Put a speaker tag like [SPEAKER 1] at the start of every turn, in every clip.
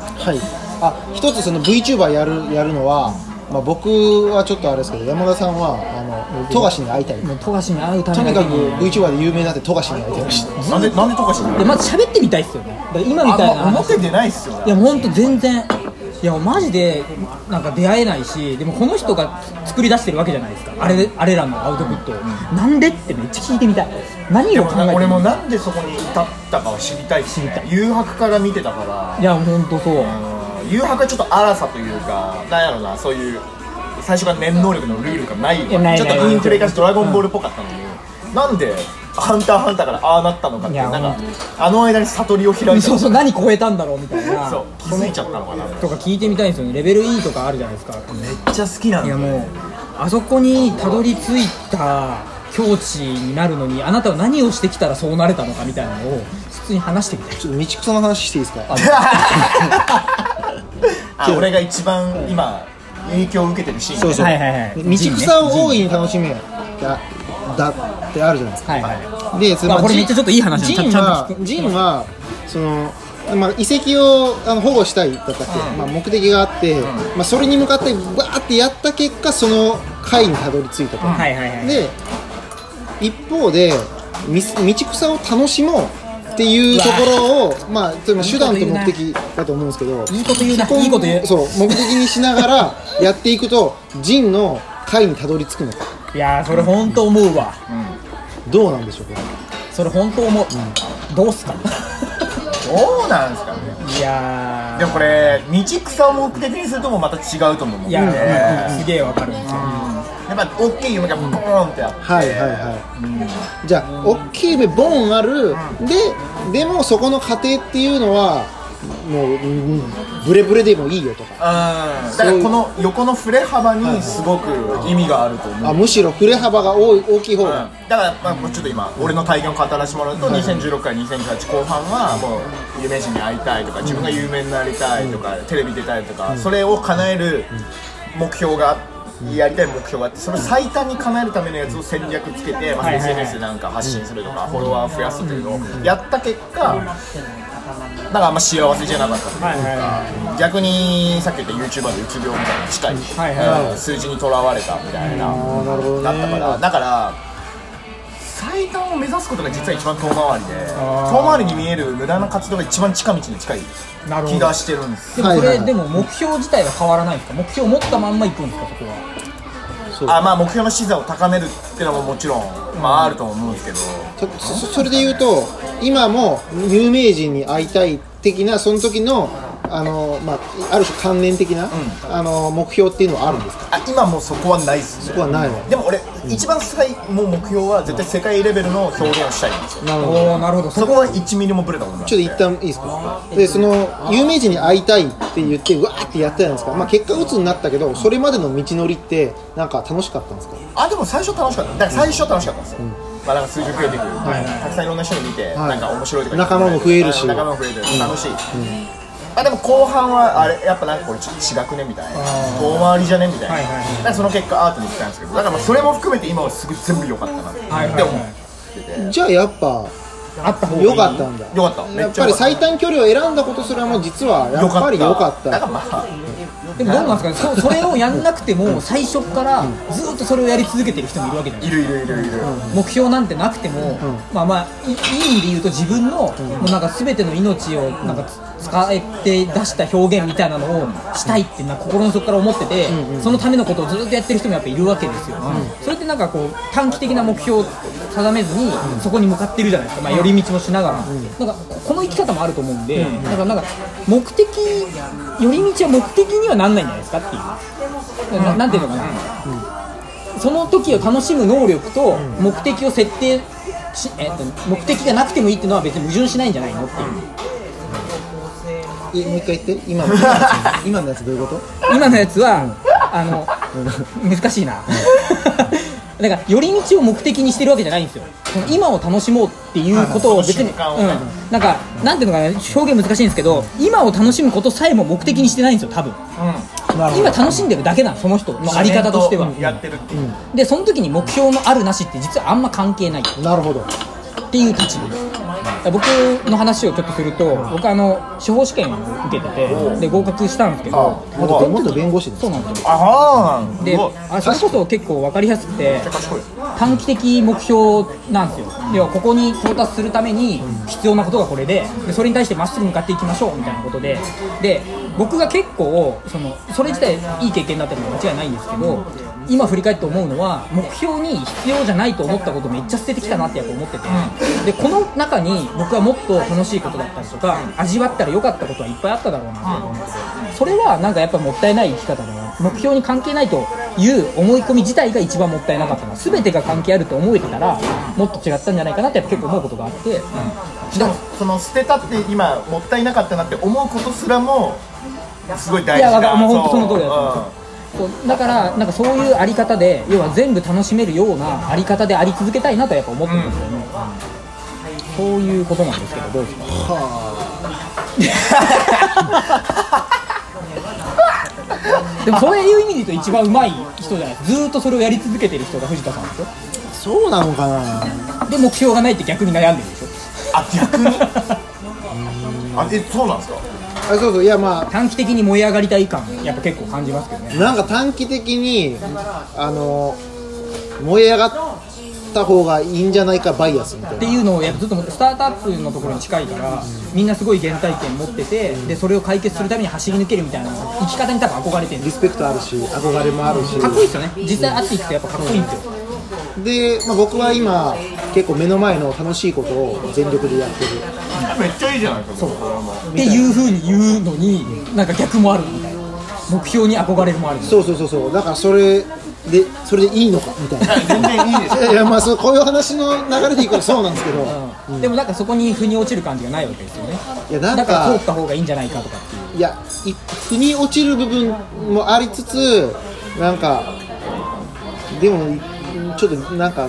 [SPEAKER 1] はいあ一つその VTuber やるやるのは、まあ、僕はちょっとあれですけど山田さんはあの富樫に会いたい
[SPEAKER 2] もう富樫に会うた
[SPEAKER 1] と
[SPEAKER 2] め
[SPEAKER 1] に
[SPEAKER 2] だ
[SPEAKER 1] か
[SPEAKER 2] け
[SPEAKER 1] く
[SPEAKER 2] に
[SPEAKER 1] VTuber で有名になって富樫に会いたいし
[SPEAKER 3] なんでなんでとかしない
[SPEAKER 2] でまず喋ってみたいっすよねだから今みたいな
[SPEAKER 3] あんま
[SPEAKER 2] 話
[SPEAKER 3] 表出ないっすよ
[SPEAKER 2] いやもうほんと全然いやもうマジでなんか出会えないしでもこの人が作り出してるわけじゃないですかあれあれらのアウトプットを、なんでってめっちゃ聞いてみたい何
[SPEAKER 3] で
[SPEAKER 2] を
[SPEAKER 3] も
[SPEAKER 2] 考え
[SPEAKER 3] な
[SPEAKER 2] て
[SPEAKER 3] ん
[SPEAKER 2] る
[SPEAKER 3] か俺もなんでそこに至ったかは知りたいっ
[SPEAKER 2] 知
[SPEAKER 3] す
[SPEAKER 2] りた
[SPEAKER 3] ね誘白から見てたから
[SPEAKER 2] いやもうほんとそう
[SPEAKER 3] うん誘白はちょっと荒さというかなんやろなそういう最初から念能力のルールがない
[SPEAKER 2] いやない
[SPEAKER 3] ちょっ
[SPEAKER 2] ないな
[SPEAKER 3] と
[SPEAKER 2] い
[SPEAKER 3] インフレ化しドラゴンボールっぽかったのに、なんで「ハンターハンター」からああなったのかって
[SPEAKER 2] い
[SPEAKER 3] な
[SPEAKER 2] や
[SPEAKER 3] んか
[SPEAKER 2] 本
[SPEAKER 3] あの間に悟りを開いた
[SPEAKER 2] そうそう何超えたんだろうみたいな
[SPEAKER 3] そう気づいちゃったのかなめっ
[SPEAKER 2] とか聞いてみたいんですよねレベル E とかあるじゃないですか
[SPEAKER 3] ちゃ好きないの
[SPEAKER 2] やもうあそこにたどり着いた境地になるのにあなたは何をしてきたらそうなれたのかみたいなのを普通に話してみたい
[SPEAKER 1] ちょっと道草の話していいですか
[SPEAKER 3] あ俺が一番今影響を受けてるシーン
[SPEAKER 1] そうそう、
[SPEAKER 2] はいはいはい
[SPEAKER 1] 道草を大いに楽しめだだってあるじゃないですか、
[SPEAKER 2] はいは
[SPEAKER 1] でその
[SPEAKER 2] あこれ
[SPEAKER 1] ジン
[SPEAKER 2] めっちゃちょっといい話だ
[SPEAKER 1] ジン
[SPEAKER 2] ちゃん
[SPEAKER 1] は
[SPEAKER 2] と聞く
[SPEAKER 1] ジンはそのまあ、遺跡をあの保護したいだったっけ、まあ、目的があって、まあ、それに向かってバーってやった結果その会にたどり着いたと、
[SPEAKER 2] いはいはいはい
[SPEAKER 1] で一方でみ道草を楽しもうっていうところをまあ例えば手段と目的だと思うんですけど
[SPEAKER 2] いいこと言うな
[SPEAKER 1] そこを
[SPEAKER 2] いいこと言う
[SPEAKER 1] そう目的にしながらやっていくと仁の会にたどり着くのか
[SPEAKER 2] いやーそれ本当思うわ
[SPEAKER 1] どうなんでしょうか
[SPEAKER 2] それ本当思う、どうっすか
[SPEAKER 3] どうなんですかね
[SPEAKER 2] いやー
[SPEAKER 3] でもこれ道草を目的にするともまた違うと思うも
[SPEAKER 2] い
[SPEAKER 3] んね
[SPEAKER 2] やー、
[SPEAKER 3] や
[SPEAKER 2] すげえわかるんですよ、
[SPEAKER 3] っぱ大きい夢がボーンってあって
[SPEAKER 1] はいはいはいじゃあ大きい目ボンあるででもそこの過程っていうのはもう、うんうんブレブレでもいいよとか
[SPEAKER 3] うんだからこの横の振れ幅にすごく意味があると思う、
[SPEAKER 1] あむしろ振れ幅が多い大きい方が
[SPEAKER 3] うんだから、まあ、もうちょっと今俺の体験を語らせてもらうと、2016から2018後半はもう有名人に会いたいとか自分が有名になりたいとか、テレビ出たいとか、それを叶える目標がやりたい目標があってそれを最短に叶えるためのやつを戦略つけて、まあ、
[SPEAKER 2] はいはいはい
[SPEAKER 3] SNS でなんか発信するとか、フォロワーを増やすというのをやった結果、なんかあんま幸せじゃなかったというか、
[SPEAKER 2] はいはいは
[SPEAKER 3] 逆にさっき言った YouTuber のうつ病みたいな近い、
[SPEAKER 2] はいはい
[SPEAKER 3] うん数字にとらわれたみたいな。
[SPEAKER 1] ああなるほどね
[SPEAKER 3] だったからだから最短を目指すことが実は一番遠回りで
[SPEAKER 2] あー
[SPEAKER 3] 遠回りに見える無駄な活動が一番近道に近い
[SPEAKER 2] なるほど
[SPEAKER 3] 気がしてるんです
[SPEAKER 2] でもそれ、
[SPEAKER 1] はいはいはい
[SPEAKER 2] でも目標自体は変わらないんですか目標を持ったまんま行くんですかそこは
[SPEAKER 1] そう
[SPEAKER 3] あまあ目標の視座を高めるっていうのももちろん、まあ、あると思うんですけど
[SPEAKER 1] そそそれで言うと今も有名人に会いたい的なその時のあの、まあ、ある種関連的な、あの目標っていうのはあるんですか、
[SPEAKER 3] あ今もうそこはないっす
[SPEAKER 1] そ
[SPEAKER 3] ね
[SPEAKER 1] こはないわ
[SPEAKER 3] でも俺、一番最もう目標は絶対世界レベルの表現をしたいんですよ
[SPEAKER 1] なるほど
[SPEAKER 2] おおなるほど
[SPEAKER 3] そこは1ミリもブレたことない
[SPEAKER 1] ちょっと一旦いいですかでその有名人に会いたいって言ってうわーってやったじゃないですか、まあ、結果鬱になったけどそれまでの道のりってなんか楽しかったんですか
[SPEAKER 3] あでも最初楽しかっただから最初楽しかったんですよ、まあ、なんか数字増えてくる、たくさんいろんな人に見て、
[SPEAKER 1] はい
[SPEAKER 3] なんか面白いとか
[SPEAKER 1] 仲間も増えるし
[SPEAKER 3] うん仲間も増える楽しい、あでも後半はあれやっぱなんかこれちょっと違くねみたいな遠回りじゃねみたいな、
[SPEAKER 2] はいはいはい
[SPEAKER 3] だからその結果アートに行ったんですけどだからまあそれも含めて今はすごい全部良かったなって思う、
[SPEAKER 2] はいはいはい
[SPEAKER 1] じゃあやっぱ
[SPEAKER 2] あった方がいい
[SPEAKER 1] 良かったんだ
[SPEAKER 3] 良かっため
[SPEAKER 1] や
[SPEAKER 3] っ
[SPEAKER 1] っ
[SPEAKER 3] ちゃ
[SPEAKER 1] ぱり
[SPEAKER 3] 良かった
[SPEAKER 1] 最短距離を選んだことすらも実はやっぱり良かった
[SPEAKER 3] だからまあ
[SPEAKER 2] でもどうなんですかねそそれをやんなくても最初からずーっとそれをやり続けてる人もいるわけじゃない
[SPEAKER 3] いるいるいるいる、
[SPEAKER 2] 目標なんてなくても、まあまあいいい意味で言うと自分の、もうなんか全ての命をなんかつ使えて出した表現みたいなのをしたいってなんか心の底から思ってて、そのためのことをずっとやってる人もやっぱいるわけですよ、それってなんかこう短期的な目標を定めずに、そこに向かってるじゃないですか、まあ、寄り道もしながら、なんかここの生き方もあると思うんで、だからなんか目的寄り道は目的にはなんないんじゃないですかっていう、ななんていうのかな、その時を楽しむ能力と目的を設定し、えっと目的がなくてもいいっていうのは別に矛盾しないんじゃないのっていう
[SPEAKER 1] えもう一回言って今の今のやつ今のやつどういうこと
[SPEAKER 2] 今のやつはあの難しいな だから寄り道を目的にしてるわけじゃないんですよその今を楽しもうっていうことを別に、
[SPEAKER 3] あその瞬間をね
[SPEAKER 2] うん、なんかなんていうのかな表現難しいんですけど今を楽しむことさえも目的にしてないんですよ多分今楽しんでるだけなのその人のあり方としては
[SPEAKER 3] 自然やってるっていう、
[SPEAKER 2] でその時に目標のあるなしって実はあんま関係ない
[SPEAKER 1] なるほど
[SPEAKER 2] っていう立場僕の話をちょっとすると僕あの司法試験を受けててで合格したんですけど
[SPEAKER 3] あ元
[SPEAKER 1] 元弁護士です
[SPEAKER 2] そうなんですよ
[SPEAKER 3] ああ
[SPEAKER 2] であそれこそ結構分かりやすくて
[SPEAKER 3] 賢い
[SPEAKER 2] 短期的目標なんですよ要はここに到達するために必要なことがこれででそれに対してまっすぐ向かっていきましょうみたいなことでで僕が結構そのそれ自体いい経験だったのは間違いないんですけど今振り返って思うのは目標に必要じゃないと思ったことめっちゃ捨ててきたなってやっぱ思っててでこの中に僕はもっと楽しいことだったりとか味わったら良かったことはいっぱいあっただろうなと思うんですよそれはなんかやっぱもったいない生き方だな目標に関係ないという思い込み自体が一番もったいなかったな全てが関係あると思えてたらもっと違ったんじゃないかなってやっぱ結構思うことがあって、だか
[SPEAKER 3] その捨てたって今もったいなかったなって思うことすらもすごい大
[SPEAKER 2] いや
[SPEAKER 3] 事
[SPEAKER 2] わか
[SPEAKER 3] な
[SPEAKER 2] るもう本当その通りだと思
[SPEAKER 3] う
[SPEAKER 2] そうだからなんかそういうあり方で要は全部楽しめるようなあり方であり続けたいなとやっぱ思ってるんですよね、そういうことなんですけどどうですかでもそういう意味で言うと一番うまい人じゃないずーっとそれをやり続けてる人が藤田さんですよ
[SPEAKER 1] そうなのかな
[SPEAKER 2] で目標がないって逆に悩んでるでしょ
[SPEAKER 3] あ逆にあえそうなんですか
[SPEAKER 1] あそうそういやま
[SPEAKER 2] 短期的に燃え上がりたい感やっぱ結構感じますけど
[SPEAKER 1] あ
[SPEAKER 2] ね
[SPEAKER 1] なんか短期的にあの燃え上がった方がいいんじゃないかバイアスみたい
[SPEAKER 2] って
[SPEAKER 1] な
[SPEAKER 2] いうのをやっぱずっと思ってスタートアップのところに近いからみんなすごい原体験持っててでそれを解決するために走り抜けるみたいな生き方に多分憧れてるんで
[SPEAKER 1] リ
[SPEAKER 2] す
[SPEAKER 1] スペクトあるし憧れもあるし
[SPEAKER 2] かっこいいですよね実際会っていくとやっぱかっこいいんですよ
[SPEAKER 1] で、まあ、僕は今結構目の前の楽しいことを全力でやってる
[SPEAKER 3] めっちゃいいじゃないですかそ
[SPEAKER 2] っ
[SPEAKER 3] う
[SPEAKER 2] ていうふうに言うのになんか逆もあるみたいな目標に憧れるもあるみたい
[SPEAKER 1] そう
[SPEAKER 2] な
[SPEAKER 1] そうそうそうだからそれでそれでいいのかみたいな
[SPEAKER 3] 全然いいです
[SPEAKER 1] いやいやまあそうこういう話の流れでいくらそうなんですけど、
[SPEAKER 2] うんでもなんかそこに腑に落ちる感じがないわけですよね
[SPEAKER 1] いやな
[SPEAKER 2] だ
[SPEAKER 1] ん
[SPEAKER 2] から
[SPEAKER 1] か
[SPEAKER 2] 通った方がいいんじゃないかとかっていう
[SPEAKER 1] いやい腑に落ちる部分もありつつなんかでもちょっとなんかうん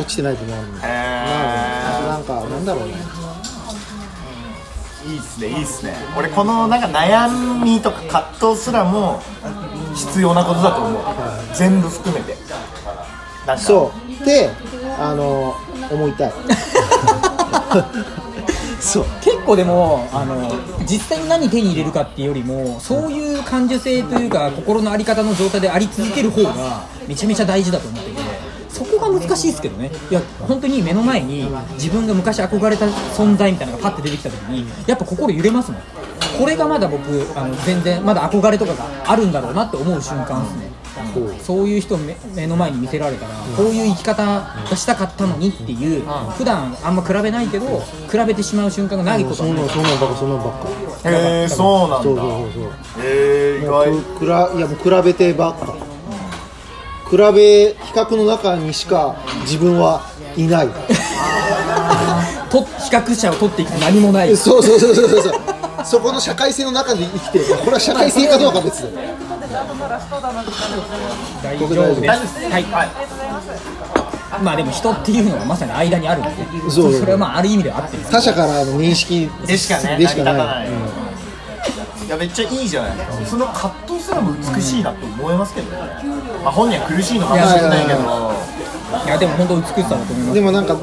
[SPEAKER 1] 落ちてないと思うんでなんかなんだろうね
[SPEAKER 3] いいっすねいいっすね俺このなんか悩みとか葛藤すらも必要なことだと思う全部含めてなんか
[SPEAKER 1] そうであの思いたいそう
[SPEAKER 2] 結構でもあの実際に何手に入れるかっていうよりもそういう感受性というか心の在り方の状態であり続ける方がめちゃめちゃ大事だと思っていてそこが難しいですけどねいや本当に目の前に自分が昔憧れた存在みたいなのがパッて出てきた時にやっぱ心揺れますもんこれがまだ僕あの全然まだ憧れとかがあるんだろうなって思う瞬間ですねそういう人を目目の前に見せられたら、こういう生き方がしたかったのにっていう、普段あんま比べないけど、比べてしまう瞬間がないこと
[SPEAKER 1] そ
[SPEAKER 2] は
[SPEAKER 1] ん
[SPEAKER 2] な
[SPEAKER 1] ないんそんなんばっかそんなんばっか
[SPEAKER 3] へえそうな
[SPEAKER 1] そ
[SPEAKER 3] ん
[SPEAKER 1] う
[SPEAKER 3] だ
[SPEAKER 1] そうそうそう
[SPEAKER 3] へえ意
[SPEAKER 1] も
[SPEAKER 3] 外
[SPEAKER 1] うくくらいやもう比べてばっか比べ比較の中にしか自分はいない
[SPEAKER 2] と比較者を取っていくと何もない、
[SPEAKER 1] そうそうそうそうそうそうそこの社会性の中で生きてるこれは社会性かどうか別だよ
[SPEAKER 2] 大丈夫で
[SPEAKER 3] 大丈夫です
[SPEAKER 2] す、はい、まあでも人っていうのはまさに間にあるんで、
[SPEAKER 1] そう
[SPEAKER 2] それはまあある意味では合ってる、
[SPEAKER 1] 他者からの認識
[SPEAKER 3] でしかね
[SPEAKER 1] でしかな
[SPEAKER 3] ないい、いやめっちゃいいじゃないですかその葛藤すらも美しいなと思いますけどね、まあ、本人は苦しいのかもしれない
[SPEAKER 1] いや
[SPEAKER 3] けど
[SPEAKER 1] いやい
[SPEAKER 2] いやでも本当美しさだと思います
[SPEAKER 1] でもなんか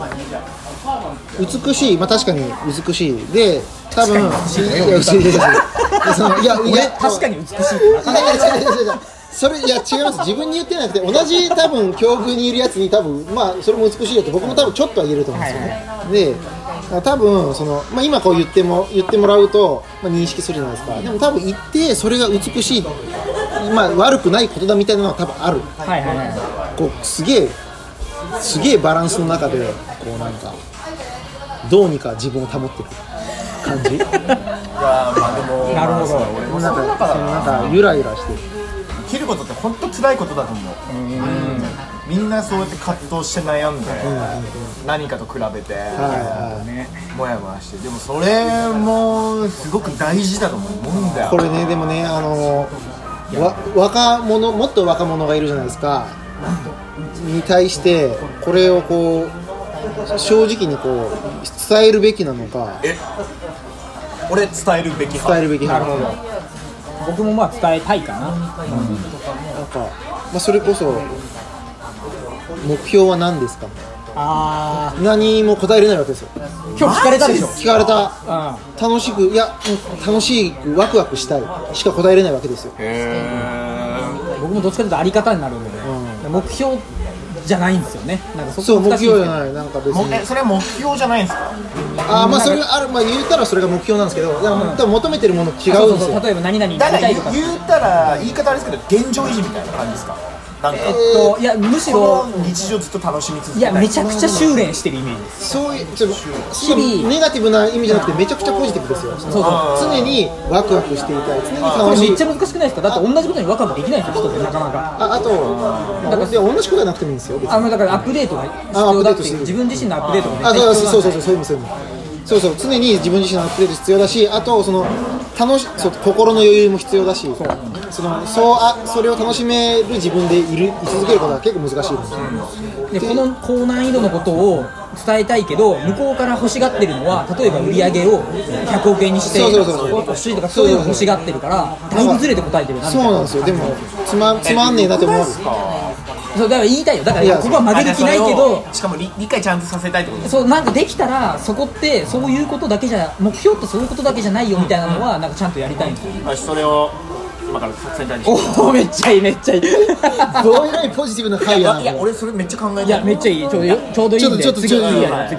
[SPEAKER 1] 美しいまあ確かに美しいで多分いやいやいやいやいやいやそのいやい
[SPEAKER 2] 俺
[SPEAKER 1] や
[SPEAKER 2] 確かに美しいって
[SPEAKER 1] いやいや
[SPEAKER 2] なかなか
[SPEAKER 1] 違う違う違うそれいや違います自分に言ってなくて同じ多分境遇にいるやつに多分まあそれも美しいよって僕も多分ちょっとは言えると思うんですよね、で多分その、まあ、今こう言っても言ってもらうと、まあ、認識するじゃないですかでも多分言ってそれが美しい、まあ、悪くないことだみたいなのは多分ある
[SPEAKER 2] はいはいは
[SPEAKER 1] こうすげえすげえバランスの中でこうなんかどうにか自分を保っていく感じ
[SPEAKER 3] いやまあでも
[SPEAKER 2] なるほど
[SPEAKER 3] まあそう俺もそ
[SPEAKER 1] なん
[SPEAKER 3] の
[SPEAKER 1] かそ
[SPEAKER 3] 中だ
[SPEAKER 1] の
[SPEAKER 3] な
[SPEAKER 1] なんかゆらゆらしてる
[SPEAKER 3] 生きることって本当辛いことだと思う
[SPEAKER 2] いうん
[SPEAKER 3] みんなそうやって葛藤して悩んで、何かと比べて、
[SPEAKER 1] はいはい
[SPEAKER 3] もやもやしてでもそれもすごく大事だと思うんだよ
[SPEAKER 1] これねでもねあのわ若者もっと若者がいるじゃないですかに対してこれをこう正直にこう伝えるべきなのか
[SPEAKER 3] え俺伝えるべき派
[SPEAKER 1] 伝えるべきなのかなんか、
[SPEAKER 2] 僕もまあ伝えたいかな
[SPEAKER 1] まあ、それこそ目標は何ですか
[SPEAKER 2] あ
[SPEAKER 1] 何も答えれないわけですよ
[SPEAKER 2] あ今日聞かれたでしょ
[SPEAKER 1] 聞かれた
[SPEAKER 2] あ
[SPEAKER 1] 楽しくいやうん楽しくワクワクしたいしか答えれないわけですよ
[SPEAKER 2] あ僕もどっちかというとあり方になるので、目標じゃないんですよねなんかそ
[SPEAKER 1] そう
[SPEAKER 2] こ
[SPEAKER 1] 目
[SPEAKER 2] 難しいん
[SPEAKER 1] 標
[SPEAKER 2] です
[SPEAKER 1] じゃ
[SPEAKER 2] けど
[SPEAKER 1] ないなんか別
[SPEAKER 3] もえ
[SPEAKER 1] に
[SPEAKER 3] それは目標じゃないんですか
[SPEAKER 1] あーまあそれがあるまあ言ったらそれが目標なんですけどだから多分求めてるもの違
[SPEAKER 2] あそううんそ
[SPEAKER 1] です
[SPEAKER 2] うそう
[SPEAKER 1] よ
[SPEAKER 2] 例えば何々に
[SPEAKER 3] だ
[SPEAKER 2] な
[SPEAKER 3] か
[SPEAKER 2] りたいと
[SPEAKER 3] ら
[SPEAKER 2] か
[SPEAKER 3] 言ったら言い方あれですけど現状維持みたいな感じですかなんか
[SPEAKER 2] えっといやむしろ
[SPEAKER 3] この日常ずっと楽しみ続
[SPEAKER 2] い
[SPEAKER 3] けた
[SPEAKER 2] や
[SPEAKER 3] い
[SPEAKER 2] めちゃくちゃ修練してるイメージです
[SPEAKER 1] そういうちょっと
[SPEAKER 2] 日々
[SPEAKER 1] ちょっとネガティブな意味じゃなくてめちゃくちゃポジティブですよその
[SPEAKER 2] そうそう
[SPEAKER 1] 常にワクワクしていたい常に
[SPEAKER 2] こ
[SPEAKER 1] 楽
[SPEAKER 2] れ
[SPEAKER 1] し
[SPEAKER 2] めっ
[SPEAKER 1] い
[SPEAKER 2] ちゃ難しくないですかだって同じことにワクワクできないですよ人ってなかなか
[SPEAKER 1] ああとまあでも同じことはなくてもいいんですよ別に
[SPEAKER 2] あのだからアップデートが必要だっていう
[SPEAKER 1] あアップデートしてる
[SPEAKER 2] 自分自身のアップデートが
[SPEAKER 1] あ
[SPEAKER 2] 絶対
[SPEAKER 1] そう
[SPEAKER 2] 必要
[SPEAKER 1] そうそうそうそういうのそういうのそうそう常に自分自身のアップデート必要だしあとその楽しそう心の余裕も必要だしそのそうあそれを楽しめる自分でいる居続けることは結構難しいです、
[SPEAKER 2] でこの高難易度のことを伝えたいけど向こうから欲しがってるのは例えば売り上げを100億円にして
[SPEAKER 1] そうそうそうそう
[SPEAKER 2] 欲しいとかそういうのを欲しがってるからだいぶずれて答えてるなみ
[SPEAKER 1] そ
[SPEAKER 2] た
[SPEAKER 1] う
[SPEAKER 2] いな
[SPEAKER 1] なんですよでもつまつまんねえなと思う
[SPEAKER 2] そうだから言いたいよだか
[SPEAKER 1] いや
[SPEAKER 2] らここは曲げる気ないけど
[SPEAKER 3] あじゃあそれをしかも理理解ちゃんとさせたいってことです
[SPEAKER 2] そうなんかできたらそこってそういうことだけじゃ目標ってそういうことだけじゃないよみたいなのはなんかちゃんとやりたいんですよ
[SPEAKER 3] よしそれを今から作戦会議しよう
[SPEAKER 2] おおめっちゃいいめっちゃ いい
[SPEAKER 1] どういうポジティブな回や
[SPEAKER 3] あ
[SPEAKER 1] ない
[SPEAKER 3] や俺それめっちゃ考えてる
[SPEAKER 2] いやめっちゃいいちょうどよちょうどいいんで
[SPEAKER 1] ちょっとちょっとち
[SPEAKER 2] 次
[SPEAKER 1] ょっと
[SPEAKER 2] いいやつ